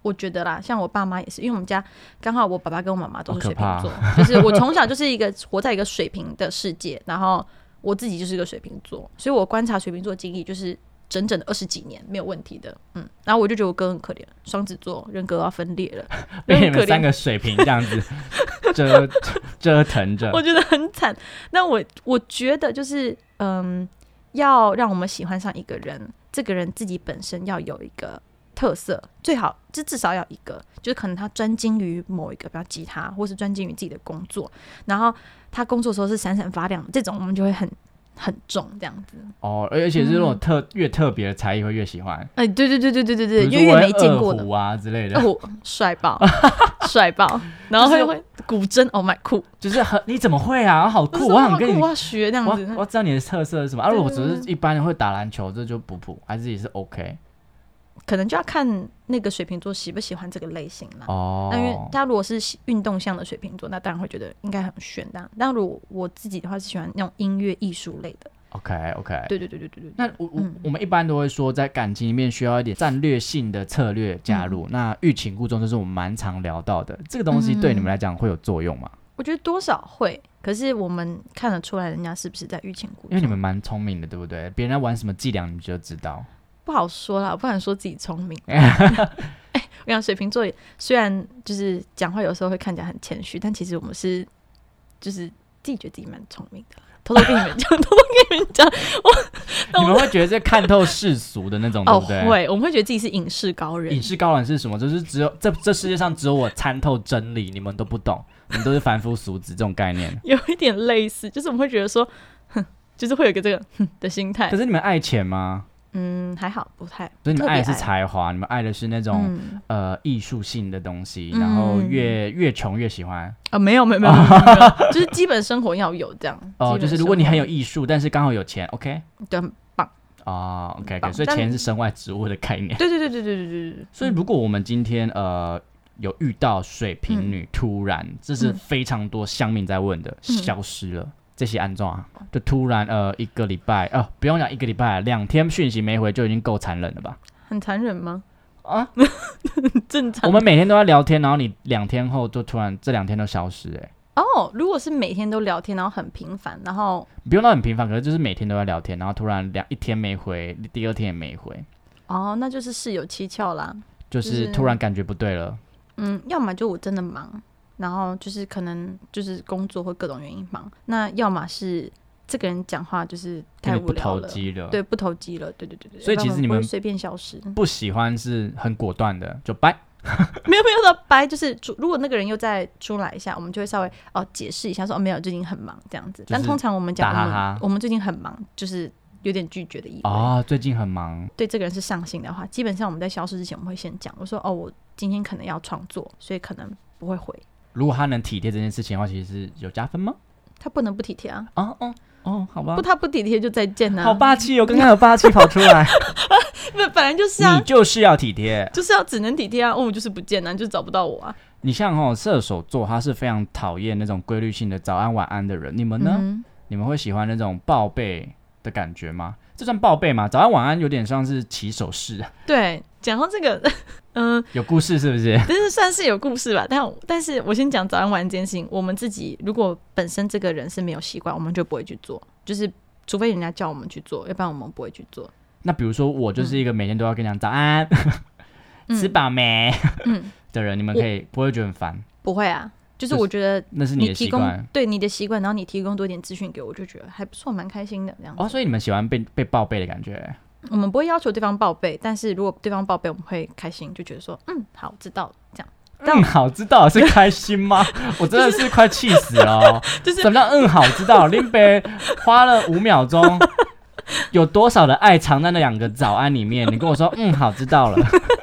Speaker 2: 我觉得啦，像我爸妈也是，因为我们家刚好我爸爸跟我妈妈都是
Speaker 1: 好
Speaker 2: 水
Speaker 1: 可
Speaker 2: 瓶
Speaker 1: 怕
Speaker 2: 座，就是我从小就是一个活在一个水瓶的世界，然后我自己就是一个水瓶座，所以我观察水瓶座经历就是整整的二十几年没有问题的，嗯，然后我就觉得我哥很可怜，双子座人格要分裂了，
Speaker 1: 被你
Speaker 2: 人格
Speaker 1: 们
Speaker 2: 可怜
Speaker 1: 三个水瓶这样子 折折腾着
Speaker 2: 我，觉得很惨。那我我觉得就是，嗯，要让我们喜欢上一个人，这个人自己本身要有一个特色，最好就至少要一个，就是可能他专精于某一个，比如吉他，或是专精于自己的工作，然后他工作的时候是闪闪发亮，这种我们就会很很重这样子。
Speaker 1: 哦，而且是那
Speaker 2: 嗯
Speaker 1: 种特、越特别的才艺会越喜欢，
Speaker 2: 哎、对对对对对对对，
Speaker 1: 比
Speaker 2: 因
Speaker 1: 如说
Speaker 2: 为越
Speaker 1: 我
Speaker 2: 没
Speaker 1: 会
Speaker 2: 见
Speaker 1: 二
Speaker 2: 过的
Speaker 1: 胡。啊之类的，
Speaker 2: 哦，帅爆，帅爆！然后
Speaker 1: 就是
Speaker 2: 会会古筝，Oh my 酷，
Speaker 1: 就是很你怎么会啊？好酷，我
Speaker 2: 好
Speaker 1: 想跟
Speaker 2: 酷，
Speaker 1: 你
Speaker 2: 我要学这样
Speaker 1: 我
Speaker 2: 子。
Speaker 1: 我知道你的特色是什么，而、啊、
Speaker 2: 对
Speaker 1: 我只是一般人会打篮球，这就普普，还是也是 OK
Speaker 2: 可能就要看那个水瓶座喜不喜欢这个类型啦。
Speaker 1: 哦。
Speaker 2: 啊那因为他如果是喜运动向的水瓶座，那当然会觉得应该很炫的。但如果我自己的话是喜欢那种音乐艺术类的，
Speaker 1: OK OK。
Speaker 2: 对对对对对对。
Speaker 1: 那我我、
Speaker 2: 嗯
Speaker 1: 我们一般都会说，在感情里面需要一点战略性的策略加
Speaker 2: 嗯
Speaker 1: 入。那欲擒故纵，这是我们蛮常聊到的。这个东西对你们来讲会有作用吗？
Speaker 2: 我觉得多少会，可是我们看得出来人家是不是在欲擒故
Speaker 1: 因为你
Speaker 2: 纵，
Speaker 1: 们蛮聪明的，对不对？别人在玩什么伎俩，你们就知 道。
Speaker 2: 不好说啦，我不敢说自己聪 明。哎、我想水瓶座也虽然就是讲话有时候会看起来很谦虚，但其实我们是就是自己觉得自己蛮聪明的啦。偷偷跟你 们讲，偷偷跟你们讲，那
Speaker 1: 你
Speaker 2: 我
Speaker 1: 们会觉得这看透世俗的那种，对
Speaker 2: 哦，
Speaker 1: 不对？
Speaker 2: 会，我们会觉得自己是影视高人。
Speaker 1: 影，视高人是什么？就是只有这这世界上只有我参透真理，你们都不懂，你们都是凡夫俗子这种概念
Speaker 2: 有一点类似，就是我们会觉得说，哼，就是会有一个这个哼的心态
Speaker 1: 可。是你们爱钱吗？
Speaker 2: 嗯，还好，不太。
Speaker 1: 所以你们
Speaker 2: 特别
Speaker 1: 爱的是
Speaker 2: 爱
Speaker 1: 才华，你们爱的是那种、
Speaker 2: 嗯，
Speaker 1: 呃艺术性的东西，然后
Speaker 2: 嗯
Speaker 1: 越、越穷越喜欢。
Speaker 2: 啊，没有，没有，没有，没有没有没 有就是基本生活要有这样。
Speaker 1: 哦，
Speaker 2: 基本
Speaker 1: 就是如果你很有
Speaker 2: 生
Speaker 1: 艺术，但是刚好有钱，OK
Speaker 2: 活，对，很棒，
Speaker 1: 哦 o k
Speaker 2: 棒
Speaker 1: OK，所以
Speaker 2: 但
Speaker 1: 钱是身外之物的概念。
Speaker 2: 对对对对对对对对。
Speaker 1: 所以如果我们今天呃有遇到水瓶女突然，这是非常多乡民在问的，
Speaker 2: 嗯哦
Speaker 1: 消失了。这些安装啊，就突然呃一个礼拜啊、不用讲一个礼拜，两天讯息没回就已经够残忍 了吧？
Speaker 2: 很残忍吗？
Speaker 1: 啊，
Speaker 2: 正常
Speaker 1: 我们每天都在聊天，然后你两天后就突然这两天都消失、欸，
Speaker 2: 哦。如果是每天都聊天，然后很频繁，然后
Speaker 1: 不用到很频繁，可是就是每天都在聊天，然后突然两一天没回，第二天也没回，
Speaker 2: 哦，那就是事有蹊跷啦。
Speaker 1: 就
Speaker 2: 就是是
Speaker 1: 突然感觉不对了。
Speaker 2: 嗯，要么就我真的忙，然后就是可能就是工作或各种原因忙，那要么是这个人讲话就是
Speaker 1: 跟
Speaker 2: 太
Speaker 1: 你
Speaker 2: 无
Speaker 1: 不
Speaker 2: 聊
Speaker 1: 投
Speaker 2: 了，
Speaker 1: 机了，
Speaker 2: 对，不投机了，对对对对。
Speaker 1: 所以其
Speaker 2: 要不然
Speaker 1: 实你
Speaker 2: 不会
Speaker 1: 们
Speaker 2: 随便消失，
Speaker 1: 不喜欢是很果断的，就拜。
Speaker 2: 没有没有的掰，就是主如果那个人又再出来一下，我们就会稍微哦解释一下说哦没有最近很忙这样子，但
Speaker 1: 就是
Speaker 2: 通常我们讲
Speaker 1: 打哈
Speaker 2: 我们
Speaker 1: 哈
Speaker 2: 我们最近很忙，就是有点拒绝的意味。
Speaker 1: 哦，最近很忙，
Speaker 2: 对这个人是上心的话，基本上我们在消失之前，我们会先讲，我说哦我今天可能要创作，所以可能不会回。
Speaker 1: 如果他能体贴这件事情的话，其实是有加分吗？
Speaker 2: 他不能不体贴啊，
Speaker 1: 哦哦哦，好吧
Speaker 2: 不，他不体贴就再见呐、
Speaker 1: 好霸气哦，刚刚有霸气跑出来，
Speaker 2: 不，本来 就是啊
Speaker 1: 你，就是要体贴。
Speaker 2: 就是要只能体贴啊，哦，我就是不见啊，你就是找不到我啊。
Speaker 1: 你像哦，射手座他是非常讨厌那种规律性的早安晚安的人，你们呢？
Speaker 2: 嗯
Speaker 1: 你们会喜欢那种报备的感觉吗？这算报备吗？早安晚安有点像是起手式，
Speaker 2: 哼，对，讲到这个， 嗯、
Speaker 1: 有故事是不是？
Speaker 2: 但是算是有故事吧。但但是我先讲早安晚安这件事情，我们自己如果本身这个人是没有习惯，我们就不会去做，就是除非人家叫我们去做，要不然我们不会去做。
Speaker 1: 那比如说我就是一个每天都要跟你讲早安，
Speaker 2: 嗯
Speaker 1: 吃饱没、
Speaker 2: 嗯
Speaker 1: 的人，你们可以不会觉得很烦？
Speaker 2: 不会啊，就是
Speaker 1: 就是
Speaker 2: 我觉得
Speaker 1: 那是你的
Speaker 2: 提
Speaker 1: 习
Speaker 2: 供
Speaker 1: 惯
Speaker 2: 对你的习惯，然后你提供多一点资讯给我，我就觉得还不错，蛮开心的这样子。
Speaker 1: 哦，所以你们喜欢被被报备的感觉。
Speaker 2: 我们不会要求对方报备，但是如果对方报备，我们会开心，就觉得说，嗯，好，知道了这样。
Speaker 1: 嗯，好知道是开心吗？我真的是快气死了哦、
Speaker 2: 嗯就是
Speaker 1: 什么叫嗯好知道？林北花了五秒钟，有多少的爱藏在那两个早安里面？你跟我说嗯好知道了，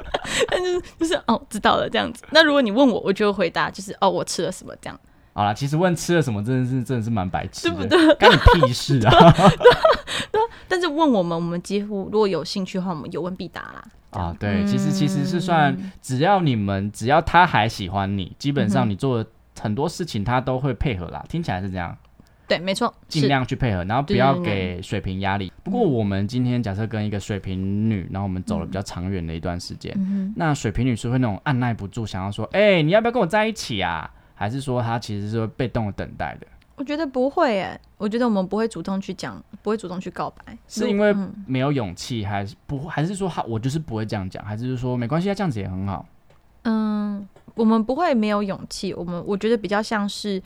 Speaker 2: 就是哦，知道了这样子。那如果你问我，我就会回答就是哦，我吃了什么这样，
Speaker 1: 好啦，其实问吃了什么真的是真的是蛮白痴
Speaker 2: 对不
Speaker 1: 的，
Speaker 2: 对？
Speaker 1: 干你屁事 啊！
Speaker 2: 但是问我们，我们几乎如果有兴趣的话，我们有问必答啦。
Speaker 1: 啊，
Speaker 2: 嗯
Speaker 1: 对，其实其实是算，只要你们只要他还喜欢你，基本
Speaker 2: 嗯
Speaker 1: 上你做的很多事情他都会配合啦。听起来是这样，
Speaker 2: 对，没错，
Speaker 1: 尽
Speaker 2: 是
Speaker 1: 量去配合，然后不
Speaker 2: 对
Speaker 1: 要
Speaker 2: 对嗯对
Speaker 1: 给水瓶压力。不过我们今天假设跟一个水瓶女，然后我们走了比
Speaker 2: 嗯
Speaker 1: 较长远的一段时间，那水瓶女是会那种按耐不住，想要说，哎、你要不要跟我在一起啊？还是说她其实是会被动的等待的？
Speaker 2: 我觉得不会诶，我觉得我们不会主动去讲，不会主动去告白，
Speaker 1: 是因为
Speaker 2: 嗯
Speaker 1: 没有勇气，还是不？还是说她我就是不会这样讲？还是说没关系，她这样子也很好？
Speaker 2: 嗯，我们不会没有勇气，我们我觉得比较像是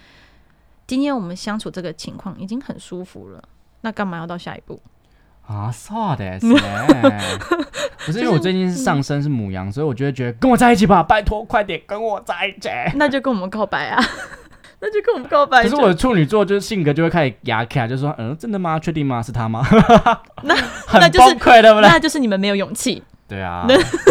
Speaker 2: 今天我们相处这个情况已经很舒服了，那干嘛要到下一步？
Speaker 1: 啊，错的，是欸 不是因为我最近是
Speaker 2: 嗯
Speaker 1: 上身是母羊，所以我就会觉得跟我在一起吧，拜托，快点跟我在一起。
Speaker 2: 那就跟我们告白啊， 那就跟我们告
Speaker 1: 可
Speaker 2: 白就是
Speaker 1: 我的处女座就是性格就会开始牙卡，就说嗯，真的吗？确定吗？是他吗？
Speaker 2: 那
Speaker 1: 很
Speaker 2: 那就是
Speaker 1: 崩溃，对不对？
Speaker 2: 那就是你们没有勇气。
Speaker 1: 对啊，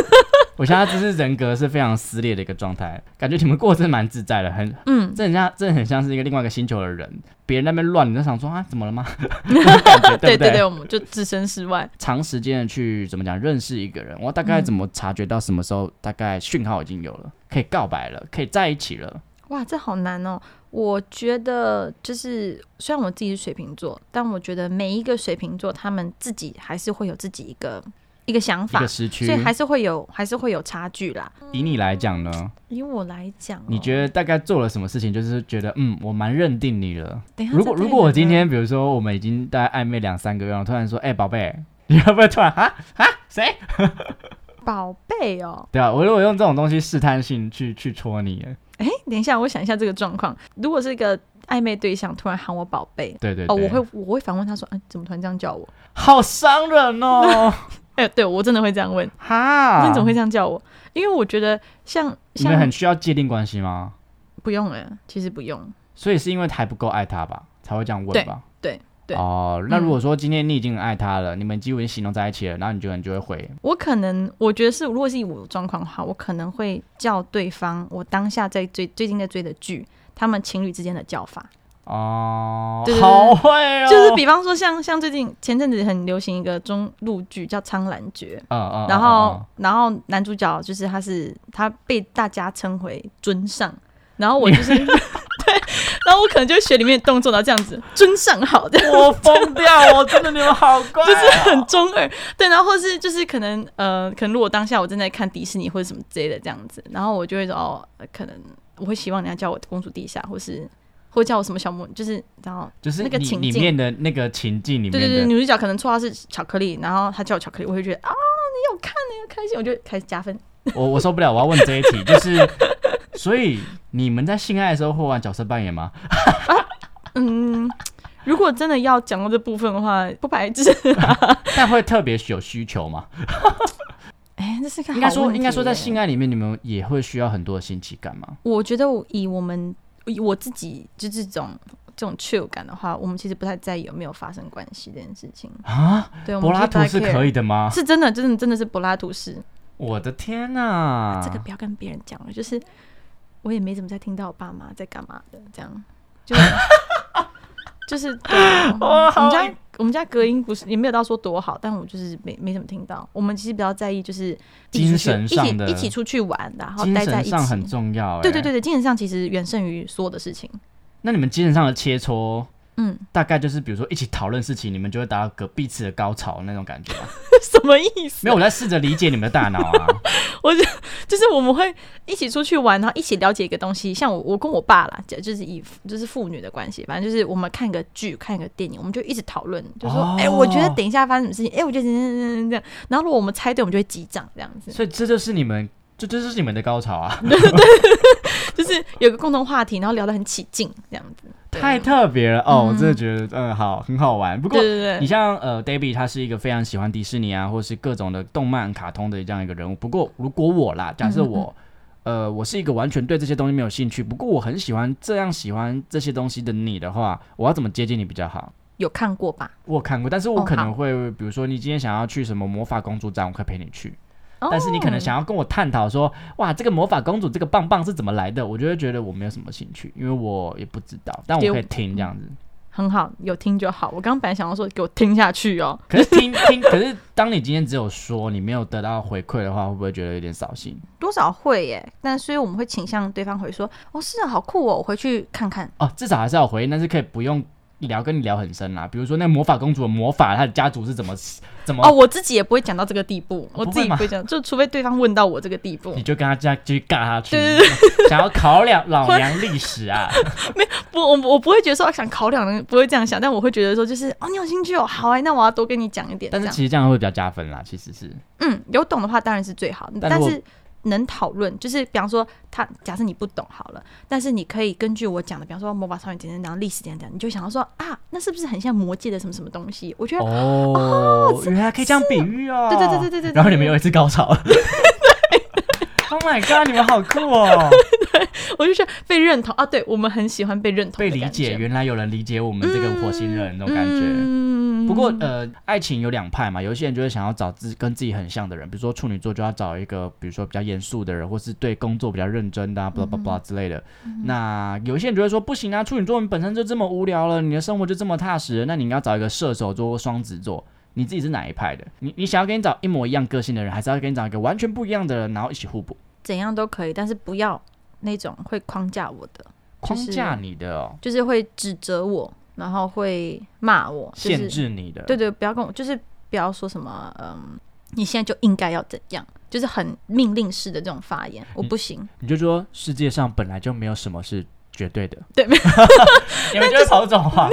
Speaker 1: 我现在就是人格是非常撕裂的一个状态，感觉你们过得真的蛮自在的，很
Speaker 2: 嗯，
Speaker 1: 这很像，这很像是一个另外一个星球的人，别人在那边乱，你就想说啊，怎么了吗？ 那种感觉对
Speaker 2: 对
Speaker 1: 不对？
Speaker 2: 对，我们就置身事外。
Speaker 1: 长时间的去怎么讲认识一个人，我大概怎么察觉到什么时候大概讯号已经有了，可以告白了，可以在一起了。
Speaker 2: 哇，这好难哦！我觉得就是，虽然我自己是水瓶座，但我觉得每一个水瓶座他们自己还是会有自己一个一个想
Speaker 1: 一
Speaker 2: 法
Speaker 1: 个，时区
Speaker 2: 所。以还是会有还是会有差距啦。
Speaker 1: 以你来讲呢，
Speaker 2: 以我来讲哦、
Speaker 1: 你觉得大概做了什么事情，就是觉得嗯，我蛮认定你了。
Speaker 2: 等一下
Speaker 1: 如果
Speaker 2: 啊这对
Speaker 1: 如果我
Speaker 2: 人
Speaker 1: 今
Speaker 2: 吗
Speaker 1: 天，比如说我们已经大概暧昧两三个月了，我突然说，哎、宝贝，你会不会突然啊啊谁？
Speaker 2: 宝贝哦，
Speaker 1: 对啊，我如果用这种东西试探性去去戳你，
Speaker 2: 哎、等一下，我想一下这个状况。如果是一个暧昧对象突然喊我宝贝，
Speaker 1: 对对对，
Speaker 2: 哦，我会我会反问他说，哎、怎么突然这样叫我？
Speaker 1: 好伤人 哦，
Speaker 2: 哎、对我真的会这样问，
Speaker 1: 哈，
Speaker 2: 你怎么会这样叫我？因为我觉得像
Speaker 1: 啊你们
Speaker 2: 像
Speaker 1: 很需要界定关系吗？
Speaker 2: 不用哎、其实不用，
Speaker 1: 所以是因为还不够爱他吧，才会这样问吧？
Speaker 2: 对对对嗯
Speaker 1: 哦，那如果说今天你已经很爱他了，你们几乎已经行动在一起了，然后你就可能就会回，
Speaker 2: 我可能我觉得是，如果是以我的状况的话，我可能会叫对方我当下在追最近在追的剧，他们情侣之间的叫法，
Speaker 1: 哦，
Speaker 2: 对对对
Speaker 1: 好会哦，
Speaker 2: 就是比方说像像最近前阵子很流行一个中陆剧叫《苍兰诀》，
Speaker 1: 嗯，嗯嗯，
Speaker 2: 然后
Speaker 1: 嗯，
Speaker 2: 然后男主角就是他是他被大家称为尊上，然后我就是 对，然后我可能就会学里面的动作，然后这样子尊上好的，
Speaker 1: 嗯我疯掉，我真的你们好怪哦，
Speaker 2: 就是很 中二。对，然后或是就是可能呃，可能如果当下我正在看迪士尼或者什么之类的这样子，然后我就会说哦，呃可能我会希望人家叫我公主殿下，或是或叫我什么小魔，就是然后
Speaker 1: 就是
Speaker 2: 那个
Speaker 1: 你
Speaker 2: 情
Speaker 1: 里
Speaker 2: 境
Speaker 1: 面的那个情境里面
Speaker 2: 对对对，
Speaker 1: 的，
Speaker 2: 女主角可能绰号是巧克力，然后她叫我巧克力，我会觉得啊，你有看你有开心，我就开始加分。
Speaker 1: 我我受不了，我要问这一题，就是，所以你们在性爱的时候会玩角色扮演吗？
Speaker 2: 嗯，如果真的要讲到这部分的话，不排 斥。
Speaker 1: 但会特别有需求吗？
Speaker 2: 哎、这是个
Speaker 1: 应该
Speaker 2: 好问
Speaker 1: 说，
Speaker 2: 题
Speaker 1: 应该说，在
Speaker 2: 耶
Speaker 1: 性爱里面，你们也会需要很多的性器感吗？
Speaker 2: 我觉得我以我们以我自己就这种这种 chill 感的话，我们其实不太在意有没有发生关系这件事情。
Speaker 1: 啊，
Speaker 2: 对，我们
Speaker 1: 柏拉图是可
Speaker 2: 以，
Speaker 1: 以的吗？
Speaker 2: 是真的，真的真的是柏拉图式。
Speaker 1: 我的天哪、
Speaker 2: 这个不要跟别人讲了，就是我也没怎么在听到我爸妈在干嘛的，这样就是 就是对啊我们家我们家隔音不是也没有到说多好，但我就是没没怎么听到。我们其实比较在意就是一
Speaker 1: 精
Speaker 2: 起出去
Speaker 1: 神上的
Speaker 2: 一起一起出去玩，然后
Speaker 1: 精
Speaker 2: 待在
Speaker 1: 神
Speaker 2: 一起。
Speaker 1: 上很重要、欸。
Speaker 2: 对对对。对，精神上其实远胜于所有的 事情。
Speaker 1: 那你们精神上的切磋，
Speaker 2: 嗯，
Speaker 1: 大概就是比如说一起讨论事情，你们就会达到个彼此的高潮那种感觉吗？
Speaker 2: 什么意思？
Speaker 1: 没有，我在试着理解你们的大脑 啊。
Speaker 2: 就是我们会一起出去玩，然后一起了解一个东西。像我，我跟我爸啦，就就是以就是父女的关系，反正就是我们看个剧、看个电影，我们就一直讨论，就说
Speaker 1: 哦：“
Speaker 2: 哎、我觉得等一下发生什么事情？哎、我觉得怎样怎样怎样怎样。”然后如果我们猜对，我们就会击掌这样子，
Speaker 1: 所以这就是你们，这这就是你们的高潮啊！
Speaker 2: 就是有个共同话题，然后聊得很起劲这样子。对
Speaker 1: 太特别了哦，我真的觉得嗯好很好玩。不过
Speaker 2: 对对
Speaker 1: 你
Speaker 2: 对，
Speaker 1: 像呃，Debbie，他是一个非常喜欢迪士尼啊，或是各种的动漫、卡通的这样一个人物。不过如果我啦，假设
Speaker 2: 嗯
Speaker 1: 我，呃，我是一个完全对这些东西没有兴趣，不过我很喜欢这样喜欢这些东西的你的话，我要怎么接近你比较好？
Speaker 2: 有看过吧？
Speaker 1: 我有看过，但是我
Speaker 2: 哦
Speaker 1: 可能
Speaker 2: 好
Speaker 1: 会，比如说你今天想要去什么魔法公主展，我可以陪你去。
Speaker 2: 哦
Speaker 1: 但是你可能想要跟我探讨说，哇，这个魔法公主这个棒棒是怎么来的？我就会觉得我没有什么兴趣，因为我也不知道，但我可以听这样
Speaker 2: 嗯
Speaker 1: 子。
Speaker 2: 很好，有听就好。我刚刚本来想要说给我听下去哦，
Speaker 1: 可是听听，可是当你今天只有说你没有得到回馈的话，会不会觉得有点扫兴？
Speaker 2: 多少会耶。但所以我们会倾向对方回说：“哦，是啊，好酷哦，我回去看看。
Speaker 1: 哦，至少还是要有回应，但是可以不用聊跟你聊很深啦。比如说那魔法公主的魔法，她的家族是怎么怎”么，
Speaker 2: 哦，我自己也不会讲到这个地步，我自己
Speaker 1: 哦不会吗
Speaker 2: 不会讲，就除非对方问到我这个地步
Speaker 1: 你。就跟她这样继续尬下去
Speaker 2: 对，
Speaker 1: 想要考两老娘历史 啊？
Speaker 2: 不，我我不会觉得说啊想考两人，不会这样想，但我会觉得说就是哦，你有兴趣哦，好哎、那我要多跟你讲一点。
Speaker 1: 但是
Speaker 2: 这样
Speaker 1: 其实这样会比较加分啦，其实是
Speaker 2: 嗯，有懂的话当然是最好，
Speaker 1: 但
Speaker 2: 但
Speaker 1: 如果
Speaker 2: 是能讨论，就是比方说他假设你不懂好了，但是你可以根据我讲的，比方说魔法少女简单讲历史简单讲，你就想要说啊，那是不是很像魔界的什么什么东西？我觉得、
Speaker 1: 哦，原来可以这样比喻哦。
Speaker 2: 对对对对对对
Speaker 1: 然后你们又一次高潮。Oh my god！你们好酷 哦，
Speaker 2: 我就觉得被认同啊，对我们很喜欢被认同
Speaker 1: 被
Speaker 2: 的
Speaker 1: 理
Speaker 2: 感
Speaker 1: 解，
Speaker 2: 觉，
Speaker 1: 原来有人理解我们这个火星人那种感觉。
Speaker 2: 嗯
Speaker 1: 不过呃，爱情有两派嘛，有一些人就会想要找自跟自己很像的人，比如说处女座就要找一个比如说比较严肃的人，或是对工作比较认真的、啊、，blah
Speaker 2: 嗯
Speaker 1: blah blah 之类的。那有一些人就会说不行啊，处女座你本身就这么无聊了，你的生活就这么踏实了，那你应该找一个射手座或双子座。你自己是哪一派的？你你想要跟你找一模一样个性的人，还是要跟你找一个完全不一样的人，然后一起互补？
Speaker 2: 怎样都可以，但是不要那种会框架我的。
Speaker 1: 框
Speaker 2: 是
Speaker 1: 架你的哦，
Speaker 2: 就是会指责我，然后会骂我，就是
Speaker 1: 限制你的。
Speaker 2: 对对，不要跟我，就是不要说什么嗯，你现在就应该要怎样，就是很命令式的这种发言，我不行。
Speaker 1: 你就说世界上本来就没有什么是绝对的，
Speaker 2: 对没
Speaker 1: 你们就是吵这种 话，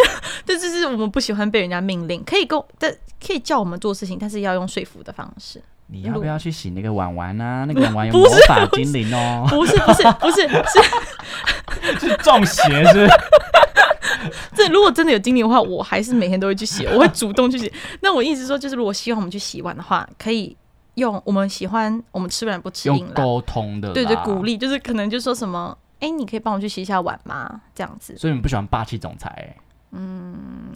Speaker 2: 这就是我们不喜欢被人家命令，可以跟我但可以叫我们做事情，但是要用说服的方式。
Speaker 1: 你要不要去洗那个碗碗 啊？那个碗碗有
Speaker 2: 不
Speaker 1: 魔
Speaker 2: 是
Speaker 1: 法精灵哦，
Speaker 2: 不是不是不是 是
Speaker 1: 是中邪是不是？
Speaker 2: 这如果真的有精灵的话，我还是每天都会 去洗，我会主动去洗。那我一直说，就是如果希望我们去洗碗的话，可以用我们喜欢我们吃软不吃硬
Speaker 1: 用
Speaker 2: 啦，
Speaker 1: 沟通的，
Speaker 2: 对对，鼓。励就是可能就说什么，哎、你可以帮我去洗一下碗吗？这样子。
Speaker 1: 所以你不喜欢霸气总裁欸、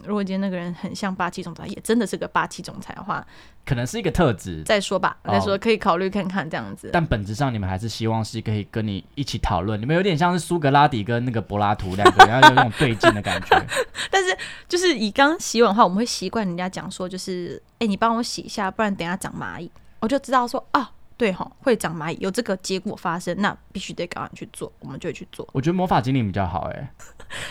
Speaker 2: 如果今天那个人很像霸气总裁，也真的是个霸气总裁的话，
Speaker 1: 可能是一个特质，
Speaker 2: 再说吧，
Speaker 1: 哦
Speaker 2: 再说可以考虑看看这样子。
Speaker 1: 但本质上你们还是希望是可以跟你一起讨论。你们有点像是苏格拉底跟那个柏拉图两个 人要有那种对劲的感觉。
Speaker 2: 但是就是以刚洗碗的话，我们会习惯人家讲说，就是哎、诶你帮我洗一下，不然等一下长蚂蚁，我就知道说啊，对吼，会长蚂蚁，有这个结果发生，那必须得赶快去做，我们就会去做。
Speaker 1: 我觉得魔法精灵比较好、欸，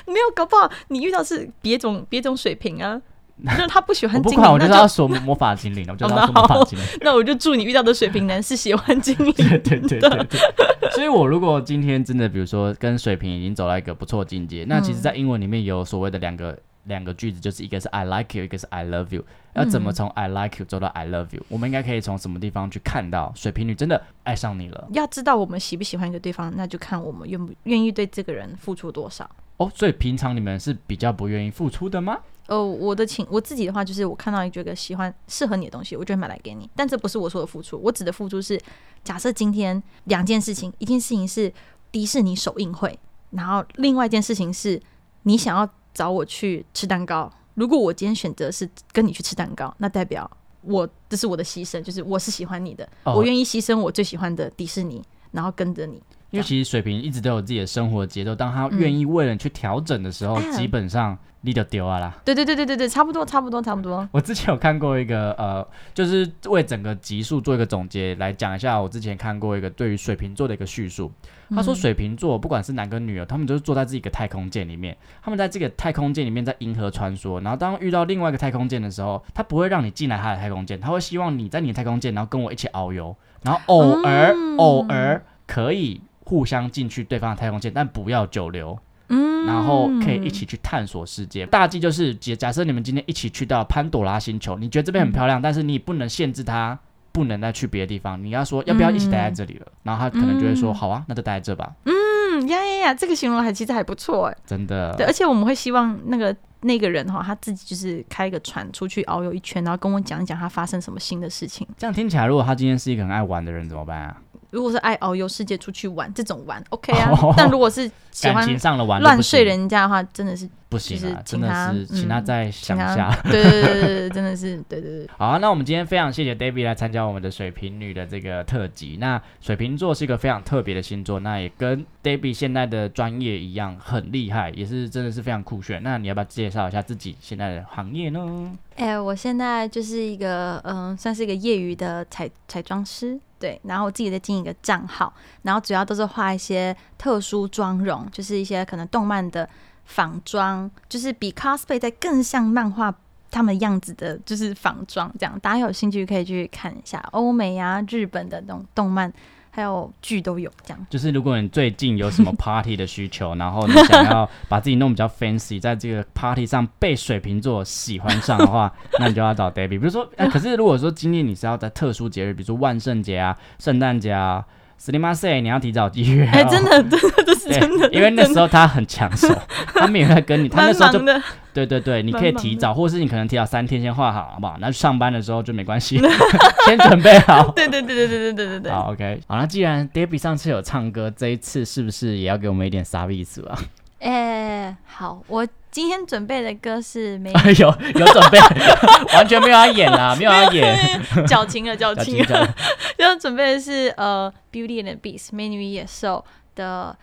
Speaker 2: 没有，搞不好你遇到是别种别种水平啊，那 他不喜
Speaker 1: 我
Speaker 2: 欢
Speaker 1: 不
Speaker 2: 精灵，
Speaker 1: 管，我就
Speaker 2: 那
Speaker 1: 是要说魔法精灵，我就是要说魔法精灵。
Speaker 2: 那我就祝你遇到的水瓶男是喜欢精灵
Speaker 1: 对对对对对。 所以，我如果今天真的，比如说跟水平已经走到一个不错境界，那其实，
Speaker 2: 嗯
Speaker 1: 在英文里面有所谓的两个两个句子，就是一个是 I like you，一个是 I love you。要怎
Speaker 2: 嗯
Speaker 1: 么从 I like you 走到 I love you？我们应该可以从什么地方去看到水瓶女真的爱上你了？
Speaker 2: 要知道我们喜不喜欢一个对方，那就看我们愿不愿意对这个人付出多少。
Speaker 1: 哦，所以平常你们是比较不愿意付出的吗？
Speaker 2: 哦，我的情我自己的话，就是我看到一个喜欢适合你的东西，我就会买来给你。但这不是我说的付出，我指的付出是，假设今天两件事情，一件事情是迪士尼首映会，然后另外一件事情是你想要找我去吃蛋糕。如果我今天选择是跟你去吃蛋糕，那代表我这是我的牺牲，就是我是喜欢你的，
Speaker 1: 哦
Speaker 2: 我愿意牺牲我最喜欢的迪士尼，然后跟着你。
Speaker 1: 因为其实水瓶一直都有自己的生活节奏，当他愿意为了你去调整的时候，
Speaker 2: 嗯
Speaker 1: 基本上你就丢啊啦。
Speaker 2: 对对对对对对，差不多差不多差不多。
Speaker 1: 我之前有看过一个呃，就是为整个集数做一个总结来讲一下，我之前看过一个对于水瓶座的一个叙述。他说水瓶座不管是男跟女哦，他们都是坐在自己的太空舰里面，他们在这个太空舰里面在银河穿梭，然后当遇到另外一个太空舰的时候，他不会让你进来他的太空舰，他会希望你在你的太空舰，然后跟我一起遨游，然后偶尔、偶尔可以互相进去对方的太空舰，但不要久留。
Speaker 2: 嗯
Speaker 1: 然后可以一起去探索世界。大忌就是假假设你们今天一起去到潘朵拉星球，你觉得这边很漂亮，但是你不能限制它，不能再去别的地方。你要说要不要一起待在这里了，然后他可能就会说、好啊，那就待在这吧。
Speaker 2: 嗯呀呀呀，这个形容还其实还不错哎。
Speaker 1: 真
Speaker 2: 对，
Speaker 1: 的，
Speaker 2: 而且我们会希望那个那个人哈、他自己就是开一个船出去遨游一圈，然后跟我讲一讲他发生什么新的事情。
Speaker 1: 这样听起来，如果他今天是一个很爱玩的人，怎么办啊？
Speaker 2: 如果是爱遨游世界出去玩这种玩，OK 啊。
Speaker 1: 哦
Speaker 2: 但如果是喜
Speaker 1: 感
Speaker 2: 欢
Speaker 1: 情上的玩
Speaker 2: 乱睡人家的话，真的是
Speaker 1: 不行
Speaker 2: 就是
Speaker 1: 啊，真
Speaker 2: 请
Speaker 1: 的
Speaker 2: 他
Speaker 1: 是请
Speaker 2: 嗯
Speaker 1: 他再想
Speaker 2: 请
Speaker 1: 一
Speaker 2: 他
Speaker 1: 下。
Speaker 2: 对对对对对，真的是对对对。
Speaker 1: 好啊，那我们今天非常谢谢 David 来参加我们的水瓶女的这个特辑。那水瓶座是一个非常特别的星座，那也跟 David 现在的专业一样很厉害，也是真的是非常酷炫。那你要不要介绍一下自己现在的行业呢？
Speaker 2: 哎、我现在就是一个嗯，算是一个业余的彩彩妆师，对。然后我自己在经营一个账号，然后主要都是画一些特殊妆容，就是一些可能动漫的仿妆，就是比 cosplay 在更像漫画他们样子的，就是仿妆这样。大家有兴趣可以去看一下欧美啊、日本的那种动漫，还有剧都有这样。
Speaker 1: 就是如果你最近有什么 party 的需求，然后你想要把自己弄比较 fancy，在这个 party 上被水瓶座喜欢上的话，那你就要找 David。比如说，
Speaker 2: 啊
Speaker 1: 呃可是如果说今天你是要在特殊节日，比如说万圣节啊、圣诞节啊。s l i m a s a y 你要提早预约、哦。
Speaker 2: 哎、 真的，真的，这 是
Speaker 1: 对
Speaker 2: 真的，
Speaker 1: 哎因为那时
Speaker 2: 候
Speaker 1: 候他很抢手，他没有在跟你，他那
Speaker 2: 蛮
Speaker 1: 时候就
Speaker 2: 忙的。
Speaker 1: 对对对，你可以提早，或是你可能提早三天先画好，好不好？那上班的时候就没关 系，先准备好。
Speaker 2: 对对对对对对对对对。
Speaker 1: 好，OK，好，那既然 Debbie 上次有唱歌，这一次是不是也要给我们一点啥意思啊？
Speaker 3: 哎、好，我今天准备的歌是没
Speaker 2: 哎
Speaker 1: 有有准备，完全没有要演 啦，没有要演，
Speaker 2: 矫情了，矫
Speaker 1: 要
Speaker 2: 情
Speaker 1: 紧
Speaker 2: 了。
Speaker 1: 张。
Speaker 3: 要准备的是呃《Beauty and the Beast》美女与野兽的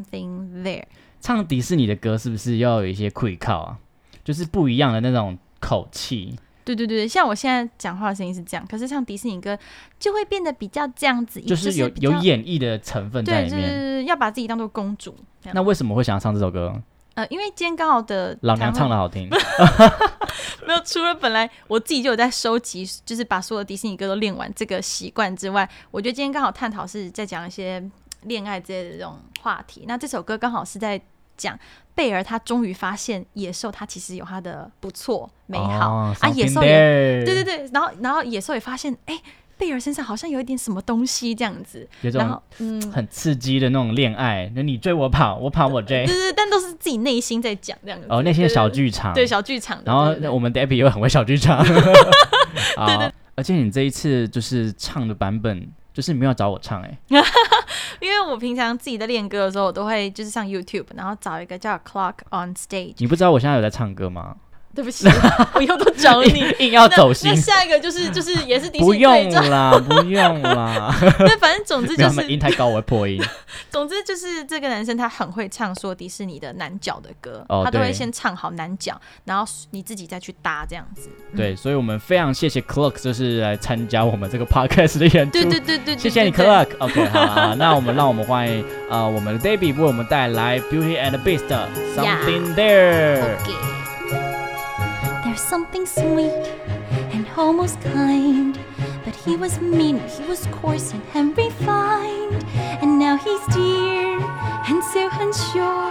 Speaker 3: Something There。
Speaker 1: 唱迪士尼的歌是不是要有一些 quick call 啊？就是不一样的那种口气。
Speaker 3: 对对对，像我现在讲话的声音是这样，可是像迪士尼歌就会变得比较这样子，
Speaker 1: 就是有
Speaker 3: 比较
Speaker 1: 有演绎的成分在
Speaker 3: 对，
Speaker 1: 里
Speaker 3: 就
Speaker 1: 面。
Speaker 3: 是要把自己当做公主。这样
Speaker 1: 那为什么会想要唱这首歌？
Speaker 3: 呃，因为今天刚好的
Speaker 1: 老娘
Speaker 3: 台
Speaker 1: 唱
Speaker 3: 湾
Speaker 1: 的好听，
Speaker 3: 没
Speaker 2: 没有，除了本来我自己就有在收集，就是把所有的迪士尼歌都练完这个习惯之外，我觉得今天刚好探讨是在讲一些恋爱之类的这种话题。那这首歌刚好是在讲贝尔，他终于发现野兽，它其实有它的不错、美好、
Speaker 1: 哦
Speaker 2: 啊野
Speaker 1: something
Speaker 2: 兽也
Speaker 1: there
Speaker 2: 对对对，然后然后野兽也发现，哎、贝尔身上好像有一点什么东西这样子，
Speaker 1: 有
Speaker 2: 然
Speaker 1: 种
Speaker 2: 后嗯，
Speaker 1: 很刺激的那种恋爱，那你追我跑，我跑我追
Speaker 2: 对，对，但都是自己内心在讲这样子。
Speaker 1: 哦，那些
Speaker 2: 对
Speaker 1: 小剧场，
Speaker 2: 对小剧场的，
Speaker 1: 然后
Speaker 2: 对对对
Speaker 1: 我们 Debbie 又很会小剧 场，对对。而且你这一次就是唱的版本，就是你没有找我唱哎、
Speaker 2: 因为我平常自己在练歌的时候，我都会就是上 YouTube，然后找一个叫 Clock on Stage。
Speaker 1: 你不知道我现在有在唱歌吗？
Speaker 2: 对 不起，我以后都找哦你。
Speaker 1: 硬要
Speaker 2: 那
Speaker 1: 走心
Speaker 2: 那，下一个就是就是 也是迪士
Speaker 1: 不
Speaker 2: 尼最
Speaker 1: 用
Speaker 2: 重，
Speaker 1: 啦，不用啦，
Speaker 2: 对，反正总之
Speaker 1: 没有
Speaker 2: 就
Speaker 1: 他们音
Speaker 2: 是
Speaker 1: 太高我会破音。
Speaker 2: 总之就是这个男生他很会唱说迪士尼的男角的歌，
Speaker 1: 哦
Speaker 2: 他都会
Speaker 1: 对
Speaker 2: 先唱好男角，然后你自己再去搭这样子。
Speaker 1: 对，所以我们非常谢谢 Clock，就是来参加我们这个 podcast 的演出。
Speaker 2: 对对对对，对
Speaker 1: 谢谢你
Speaker 2: 对对
Speaker 1: Clock。OK，好啊，那我们让我们欢迎呃我们的 Debbie 为我们带来 Beauty and the Beast Something There。
Speaker 2: Okay.
Speaker 4: There's something sweet and almost kind. But he was mean, he was coarse and unrefined. And now he's dear and so unsure.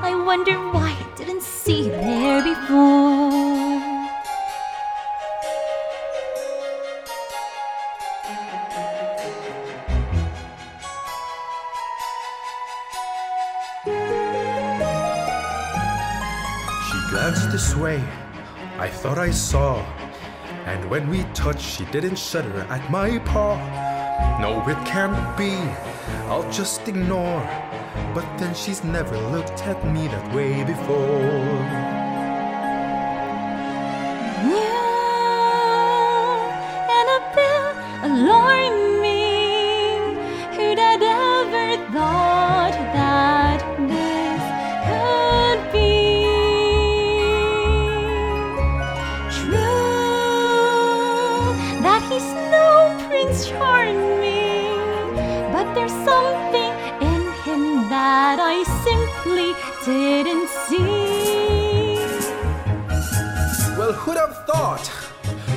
Speaker 4: I wonder why I didn't see him there before.
Speaker 5: She glanced this way, I thought I saw. And when we touched, she didn't shudder at my paw. No, it can't be, I'll just ignore. But then she's never looked at me that way before.
Speaker 4: Annabelle alarming. Who'd have ever thought that this could be true? That he's no Prince Charming, but there's something in him that I simply didn't see.
Speaker 5: Well, who'd have thought?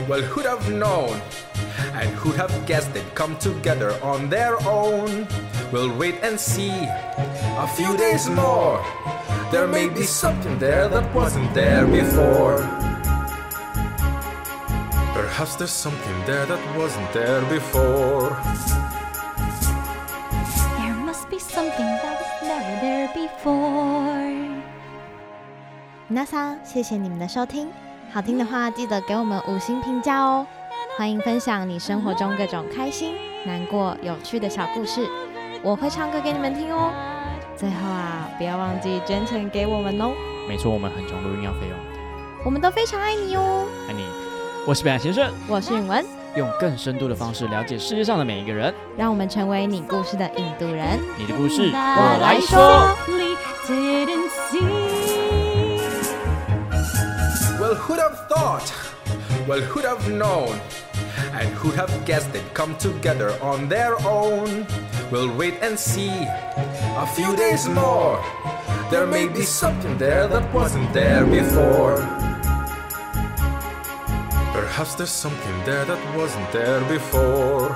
Speaker 5: Well, who'd have known? And who'd have guessed they'd come together on their own? We'll wait and see. A few days more. There may be something there that wasn't there before. Perhaps there's something there that wasn't there before.
Speaker 4: There must be something that was never there before.
Speaker 6: 那桑，谢谢你们的收听，好听的话记得给我们五星评价哦。欢迎分享你生活中各种开心、难过、有趣的小故事，我会唱歌给你们听哦。最后啊，不要忘记捐钱给我们哦，
Speaker 1: 没错，我们很穷，录音要费用，
Speaker 6: 我们都非常爱你哦。
Speaker 1: 爱你。我是北岸先生，
Speaker 6: 我是允文，
Speaker 1: 用更深度的方式了解世界上的每一个人。
Speaker 6: 让我们成为你故事的引渡人。
Speaker 1: 你的故事，
Speaker 4: 我
Speaker 6: 来说。
Speaker 4: Didn't see.
Speaker 5: Well, who'd have thought? Well, who'd have known? And who'd have guessed they'd come together on their own? We'll wait and see. A few days more. There may be something there that wasn't there before. Perhaps there's something there that wasn't there before.